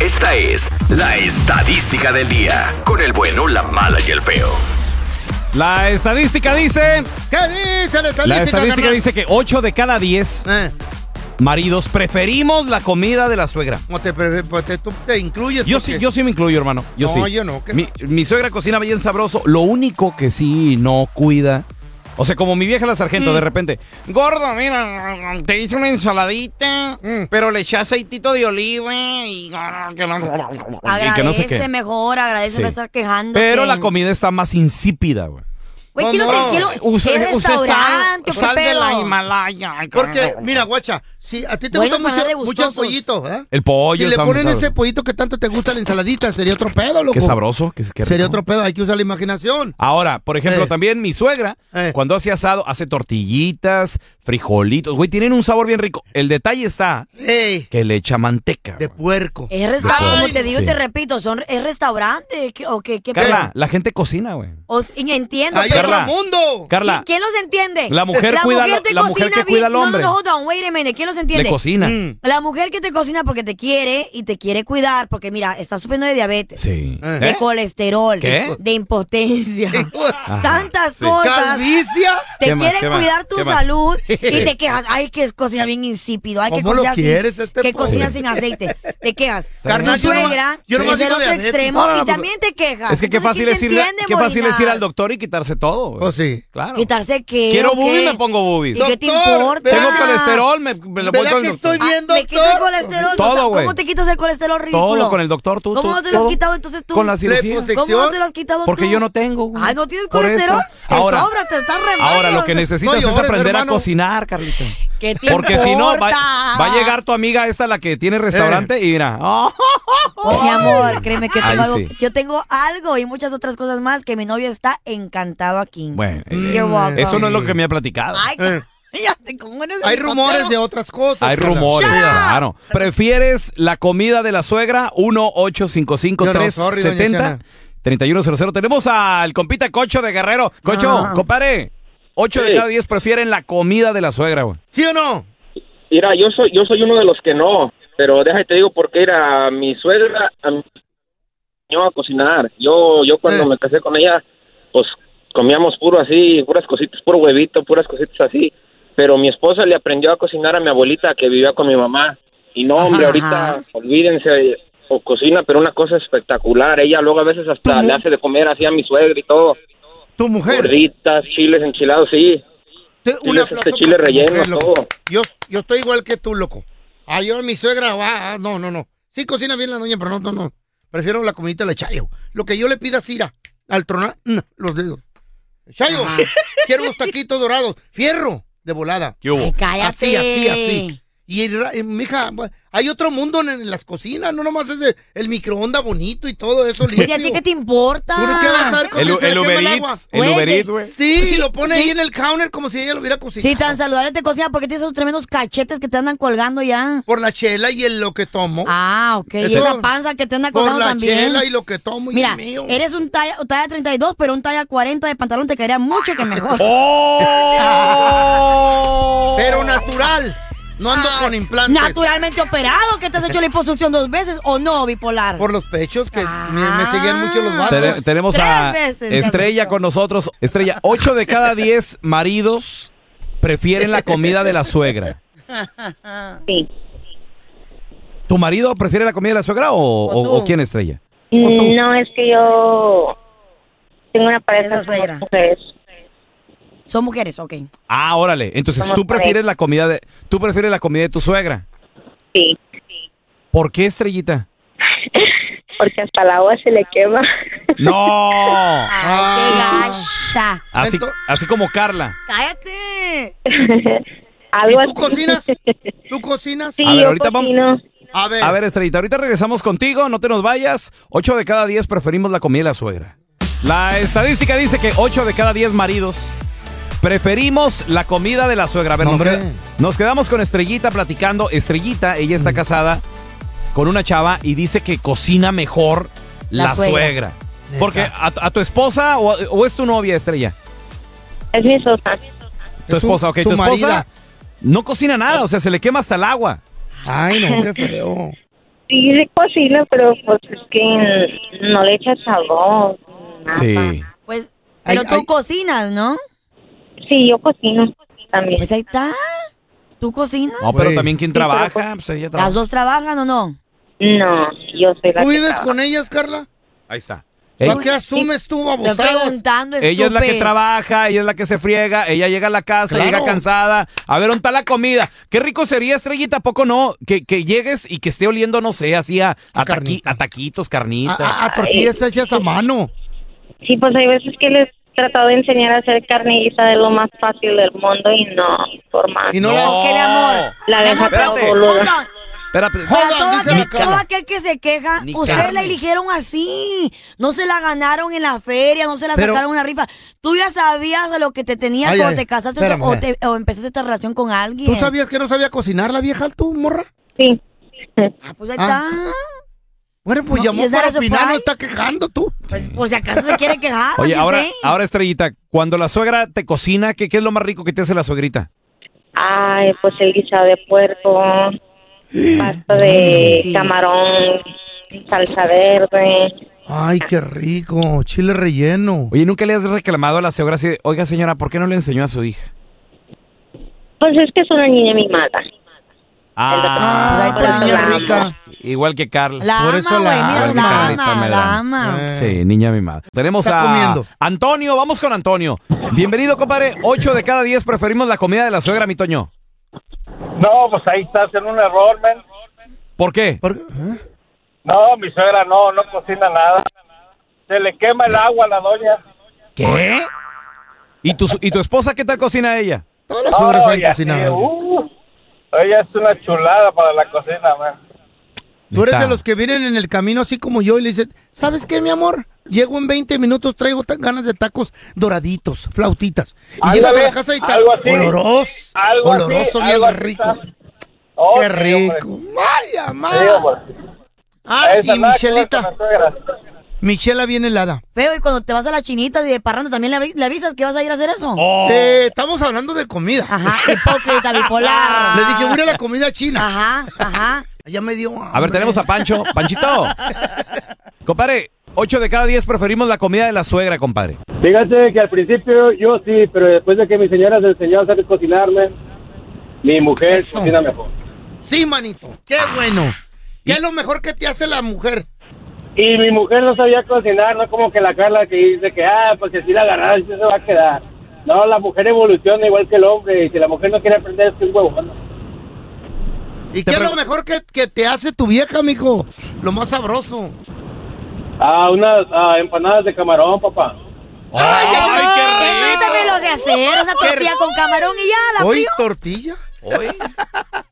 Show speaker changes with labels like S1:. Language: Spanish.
S1: Esta es la estadística del día, con el bueno, la mala y el feo.
S2: La estadística dice...
S3: ¿Qué dice la estadística?
S2: La estadística
S3: carnal?
S2: dice que 8 de cada 10
S3: Eh,
S2: maridos preferimos la comida de la suegra.
S3: o te, pre- pues te- tú te incluyes.
S2: Yo
S3: porque-
S2: sí, yo sí me incluyo, hermano. Yo
S3: No,
S2: sí.
S3: yo no, ¿qué
S2: Mi, mi suegra cocina bien sabroso. Lo único que sí no cuida. O sea, como mi vieja la sargento,
S3: Mm.
S2: de repente. Gordo, mira, te hice una ensaladita,
S3: Mm.
S2: pero le eché aceitito de oliva y que no, y
S4: Agradece
S2: que no sé qué.
S4: mejor, agradece
S2: Sí.
S4: por estar quejando.
S2: Pero la comida está más insípida, güey.
S4: Güey,
S3: No,
S4: quiero
S3: no.
S4: tranquilo. ¿Qué restaurante? ¿Qué pedo?
S2: Himalaya.
S3: Porque, mira, guacha, si a ti te
S4: Buenos
S3: gusta
S4: para
S3: mucho,
S4: de
S3: mucho el
S4: gustosos.
S3: pollito, ¿verdad?
S2: El pollo
S3: Si le
S2: está muy
S3: ponen ese
S2: sabroso.
S3: pollito que tanto te gusta la ensaladita, sería otro pedo, loco.
S2: Qué sabroso. Qué, qué
S3: Sería
S2: rico.
S3: otro pedo, hay que usar la imaginación.
S2: Ahora, por ejemplo,
S3: Eh.
S2: también mi suegra,
S3: Eh.
S2: cuando hace asado, hace tortillitas, frijolitos. Güey, tienen un sabor bien rico. El detalle está
S3: Ey,
S2: que le echa manteca.
S3: de
S2: güey.
S3: puerco.
S4: Es restaurante,
S2: Ay,
S4: como te digo y
S2: sí.
S4: te repito, son, es restaurante. ¿qué- ¿O qué, qué
S2: Carla,
S4: pedo?
S2: la gente cocina, güey.
S4: O, sí, entiendo,
S3: ¡Hay
S4: pero.
S3: otro
S2: Carla.
S3: mundo!
S2: Carla,
S4: ¿Quién, quién los entiende?
S2: La mujer cuida al-
S4: te
S2: la mujer
S4: cocina
S2: que cuida al
S4: bien-
S2: hombre.
S4: No, no, no, hold on, wait a minute, ¿Quién los entiende?
S2: le cocina.
S3: Mm.
S4: La mujer que te cocina porque te quiere y te quiere cuidar, porque mira, está sufriendo de diabetes,
S2: Sí.
S3: Eh.
S4: de
S2: ¿Eh?
S4: colesterol,
S2: ¿Qué?
S4: de impotencia,
S2: Ajá,
S4: tantas
S2: sí.
S4: cosas.
S3: ¡Calvicia!
S4: Te
S2: ¿Qué más?
S4: quieren
S2: ¿Qué más?
S4: cuidar tu
S2: ¿Qué más?
S4: salud
S2: Sí.
S4: y te quejas. Ay, que cocina bien insípido. Ay, que
S3: ¿Cómo lo
S4: cocina sin-
S3: quieres, este
S4: Que
S3: pobre?
S4: cocina sin aceite. Te quejas.
S3: Carnal,
S4: tu
S3: yo nomás-
S4: suegra
S3: yo nomás
S4: es del
S3: digo
S4: otro
S3: diabetes.
S4: extremo
S2: No, no, no,
S4: y
S2: pues,
S4: también te quejas.
S2: Es que qué
S4: Entonces,
S2: fácil,
S4: ¿quién te
S2: es ir,
S4: entiende,
S2: qué fácil es ir
S4: molinada?
S2: al doctor y quitarse todo. güey.
S3: Pues sí.
S2: Claro.
S4: ¿Quitarse qué?
S2: Quiero
S4: o qué?
S2: boobies, me pongo
S4: ¿Y
S2: boobies.
S4: qué te
S3: Doctor,
S4: importa?
S3: ¿verdad?
S2: Tengo colesterol, me, me lo voy
S3: ¿Verdad
S2: con
S3: que
S2: el doctor.
S3: estoy bien,
S4: Ah, me quito el
S3: doctor?
S4: colesterol.
S2: Todo,
S4: o sea,
S2: güey.
S4: ¿Cómo te quitas el colesterol ridículo?
S2: Todo con el doctor, tú.
S4: ¿Cómo
S2: tú,
S4: no te lo has
S2: todo.
S4: quitado entonces tú?
S2: Con la cirugía.
S3: Reposec-
S4: ¿Cómo no te lo has quitado
S2: Porque
S4: tú?
S2: yo no tengo, güey.
S4: Ay, ¿no tienes
S2: Por eso.
S4: colesterol? Te
S2: Ahora-
S4: sobra, te estás remando.
S2: Ahora lo que necesitas
S3: No llores,
S2: es aprender
S3: hermano.
S2: a cocinar, Carlita.
S4: ¿Qué te
S2: Porque si no, va,
S4: importa?
S2: va a llegar tu amiga esta, la que
S3: Eh.
S2: tiene restaurante, y mira. oh,
S4: Oh, mi amor, créeme que
S2: Ahí
S4: tengo algo,
S2: sí.
S4: yo tengo algo y muchas otras cosas más que mi novio está encantado aquí.
S2: Bueno, eh,
S4: You're welcome.
S2: eso no es lo que me ha platicado.
S4: Ay,
S3: Eh.
S4: cállate, ¿cómo eres
S3: Hay
S4: grosero?
S3: rumores de otras cosas.
S2: Hay
S3: Carla.
S2: rumores, claro. ¿Prefieres la comida de la suegra? 1 855 370 3100 Tenemos al compita Cocho de Guerrero. Cocho,
S4: Ah.
S2: compadre. 8 de
S5: Sí.
S2: cada 10 prefieren la comida de la suegra, güey.
S3: ¿Sí o no?
S5: Mira, yo soy, yo soy uno de los que no, pero déjate te digo porque era mi suegra a mí me enseñó a cocinar. Yo, yo cuando
S3: Eh.
S5: me casé con ella, pues comíamos puro así, puras cositas, puro huevito, puras cositas así. Pero mi esposa le aprendió a cocinar a mi abuelita que vivía con mi mamá. Y no, hombre,
S4: Ajá.
S5: ahorita olvídense, o cocina, pero una cosa espectacular. Ella luego a veces hasta
S3: ¿Tú?
S5: le hace de comer así a mi suegra y todo.
S3: Tu mujer.
S5: Gorditas, chiles enchilados, sí.
S3: Te-
S5: Sí, los este chile
S3: para tu
S5: relleno,
S3: mujer, loco.
S5: todo.
S3: Yo, yo estoy igual que tú, loco. Ah, yo, mi suegra, va, ah, no, no, no. Sí cocina bien la doña, pero no, no, no. Prefiero la comidita de la chayo. Lo que yo le pida es ir a- al tronar mm, los dedos. Chayo, quiero unos taquitos dorados. Fierro, de volada.
S2: ¿Qué
S4: Ay, cállate.
S3: Así, así, así. Y, el ra- eh, mija, bu- hay otro mundo en, en las cocinas, no nomás es el, el microondas bonito y todo eso
S4: Oye,
S3: limpio.
S4: Pues, ¿a ti qué te importa?
S3: ¿Tú no qué vas a ver cómo
S2: El,
S3: se
S2: el
S3: le quema
S2: Uber
S3: el agua?
S2: Eats, el
S4: Güey,
S2: Uber
S4: de-
S2: Eats, güey.
S3: Sí, lo pone
S4: Pues sí.
S3: ahí en el counter como si ella lo hubiera cocinado.
S4: Sí, tan saludable te cocina porque tienes esos tremendos cachetes que te andan colgando ya.
S3: Por la chela y el lo que tomo.
S4: Ah, ok. Y
S3: Eso-
S4: esa panza que te anda
S3: por
S4: colgando
S3: la
S4: también.
S3: chela y lo que tomo y
S4: Mira,
S3: el mío.
S4: eres un talla, talla 32, pero un talla 40 de pantalón te quedaría mucho que mejor.
S2: ¡Oh!
S3: Pero natural. No ando
S4: Ah,
S3: con implantes.
S4: Naturalmente operado, que te has hecho la liposucción dos veces o no, bipolar.
S3: Por los pechos que
S4: Ah.
S3: me, me seguían mucho los
S2: Tene-
S3: vatos.
S2: tenemos
S4: Tres
S2: a
S4: veces,
S2: Estrella
S4: Carlito.
S2: con nosotros. Estrella, 8 de cada 10 maridos prefieren la comida de la suegra.
S6: Sí.
S2: ¿Tu marido prefiere la comida de la suegra o, o-
S4: tú.
S2: o quién, Estrella?
S3: ¿O tú?
S6: Mm, No, es que yo tengo una pareja
S4: Esa suegra.
S6: con mujeres.
S4: Son mujeres, ok.
S2: Ah, órale. Entonces,
S6: Somos
S2: tú prefieres la comida de tú prefieres la comida de tu suegra.
S6: Sí,
S2: ¿Por qué, Estrellita?
S6: porque hasta la agua se le quema.
S2: No.
S4: Ay,
S3: Ah.
S4: qué gacha.
S2: Así,
S3: Ento-
S2: así como Carla.
S4: ¡Cállate!
S6: Algo
S3: ¿Y tú
S6: así.
S3: cocinas? ¿Tú cocinas?
S6: Sí,
S2: A ver,
S6: yo
S2: ahorita vamos-
S6: cocino.
S3: A ver.
S2: A ver, Estrellita, ahorita regresamos contigo, no te nos vayas. 8 de cada 10 preferimos la comida de la suegra. La estadística dice que 8 de cada 10 maridos preferimos la comida de la suegra. A ver,
S3: No,
S2: nos,
S3: hombre.
S2: queda- nos quedamos con Estrellita platicando. Estrellita, ella está casada con una chava y dice que cocina mejor la,
S4: La
S2: suegra.
S4: suegra.
S2: Porque a, a tu esposa o, a- o es tu novia, Estrella.
S6: Es mi sosa.
S2: Tu
S3: Es su-
S2: esposa, ok.
S3: su
S2: Tu esposa
S3: marida.
S2: no cocina nada, o sea, se le quema hasta el agua.
S3: Ay, no, qué feo.
S6: Sí, es posible, pero pues es que no le echa sabor. nada.
S2: Sí.
S4: Pues, pero
S3: Ay,
S4: tú
S3: ay.
S4: cocinas, ¿no?
S6: Sí, yo cocino también.
S4: Pues ahí está. ¿Tú cocinas?
S2: No, pero
S3: Güey.
S2: también quien trabaja, pues ella
S4: ¿Las
S2: trabaja.
S4: dos trabajan o no?
S6: No, yo soy la
S3: ¿Tú
S6: que
S3: vives
S6: trabaja.
S3: con ellas, Carla?
S2: Ahí está.
S3: ¿Para
S2: Ella,
S3: qué asumes tú,
S4: Estoy
S3: babosadas?
S4: preguntando,
S2: ella es la que
S4: estúpido.
S2: trabaja, ella es la que se friega, ella llega a la casa,
S3: Claro.
S2: llega cansada. A ver, ¿dónde está la comida? Qué rico sería, Estrellita, ¿a poco no? Que, que llegues y que esté oliendo, no sé, así a, a
S3: A
S2: taqui-
S3: carnita.
S2: a taquitos, carnitas.
S3: A, a tortillas hechas a mano.
S6: Sí, pues hay veces que les he tratado de enseñar a hacer carne guisa de lo más fácil del mundo y no, por más.
S3: Y no,
S2: No.
S4: ¿Qué, mi amor?
S6: La deja
S2: Espérate.
S6: tan
S4: Hold
S6: boluda.
S4: on.
S2: Espérate,
S4: Para
S3: Jodan,
S4: todo
S3: dice
S4: aquel,
S3: la Carla.
S4: todo aquel que se queja,
S2: Ni
S4: ustedes
S2: carne.
S4: la eligieron así. No se la ganaron en la feria, no se la
S3: Pero-
S4: sacaron en una rifa. Tú ya sabías a lo que te tenías
S3: Ay,
S4: cuando
S3: ay,
S4: te casaste
S3: espérame.
S4: o, te- o empezaste esta relación con alguien.
S3: ¿Tú sabías que no sabía cocinar la vieja, tú, morra?
S6: Sí.
S4: Ah, pues ahí
S3: Ah. Bueno, pues
S4: No,
S3: llamó
S4: ¿is that
S3: para
S4: a surprise?
S3: opinar, no está quejando tú.
S4: está. Pues, por si acaso se quiere quejar.
S2: Oye,
S4: aquí
S2: ahora,
S4: sé.
S2: ahora Estrellita, cuando la suegra te cocina, ¿qué, ¿qué es lo más rico que te hace la suegrita?
S6: Ay, pues el guisado de puerco, pasta
S4: Ay,
S6: de
S4: sí.
S6: camarón, salsa verde.
S3: Ay, qué rico, chile relleno.
S2: Oye, ¿nunca le has reclamado a la suegra así de, oiga señora, ¿por qué no le enseñó a su hija?
S6: Pues es que es una niña mimada.
S3: Ah,
S4: pues ahí
S3: pues niña
S4: está.
S3: rica.
S2: Igual que Carla.
S4: La
S3: Por
S4: ama,
S3: eso
S4: güey,
S3: la
S4: mira,
S3: ama,
S4: la
S2: Carlita, me
S4: ama,
S2: da.
S4: la ama.
S3: Eh.
S2: Sí, niña mimada. Tenemos
S3: Está
S2: a
S3: comiendo.
S2: Antonio, vamos con Antonio. Bienvenido, compadre. Ocho de cada diez preferimos la comida de la suegra, mi Toño.
S7: No, pues ahí estás en un error, men.
S2: ¿Por qué?
S3: ¿Por qué? ¿Eh?
S7: No, mi suegra no, no cocina nada. Se le quema el agua a la doña.
S2: ¿Qué? ¿Y tu, su- ¿Y tu esposa qué tal cocina ella?
S3: Todas las suegras saben
S7: Ay, así,
S3: cocinar. algo.
S7: Oh, uh, ella es una chulada para la cocina, men.
S3: Tú eres de
S2: Neta.
S3: los que vienen en el camino así como yo y le dices, ¿sabes qué, mi amor? Llego en 20 minutos, traigo ta- ganas de tacos doraditos, flautitas. Y
S7: Ándale,
S3: llegas a la casa y está
S7: algo así.
S3: oloroso,
S7: Algo así,
S3: oloroso, bien
S7: algo así,
S3: rico.
S7: ¿sabes? Oh,
S3: Qué
S7: sí, hombre.
S3: rico. Vaya,
S7: Sí,
S3: madre.
S7: hombre.
S3: Ah,
S7: Esa
S3: y
S7: nada que ver con
S3: Michelita,
S7: las suegras.
S3: Michela bien helada.
S4: Feo, y cuando te vas a las chinitas y de parranda, ¿también le, avi- le avisas que vas a ir a hacer eso?
S2: Oh.
S3: Eh, estamos hablando de comida.
S4: Ajá, hipócrita, bipolar.
S3: Le dije, voy a ir a la comida china.
S4: Ajá, ajá.
S3: Ya me dio
S2: A ver,
S3: hambre.
S2: tenemos a Pancho. Panchito. Compadre, ocho de cada diez preferimos la comida de la suegra, compadre.
S8: Fíjate que al principio yo sí, pero después de que mi señora se enseñó a hacer cocinarme, mi mujer
S3: Eso.
S8: cocina mejor.
S3: Sí, manito. Qué bueno. ¿Qué es lo mejor que te hace la mujer?
S8: Y mi mujer no sabía cocinar, no como que la Carla que dice que, ah, pues si así la agarras, así se va a quedar. No, la mujer evoluciona igual que el hombre, y si la mujer no quiere aprender, es un huevón.
S3: ¿Y
S2: Te
S3: qué es lo
S2: pregun-
S3: mejor que, que te hace tu vieja, mijo? Lo más sabroso.
S8: Ah, unas ah, empanadas de camarón, papá.
S3: ¡Ay, ay,
S4: Eso- Eso yo también lo sé hacer, una
S3: Qué
S4: tortilla con camarón y ya, la
S3: ¿Hoy
S4: frío.
S3: tortilla?
S2: Hoy.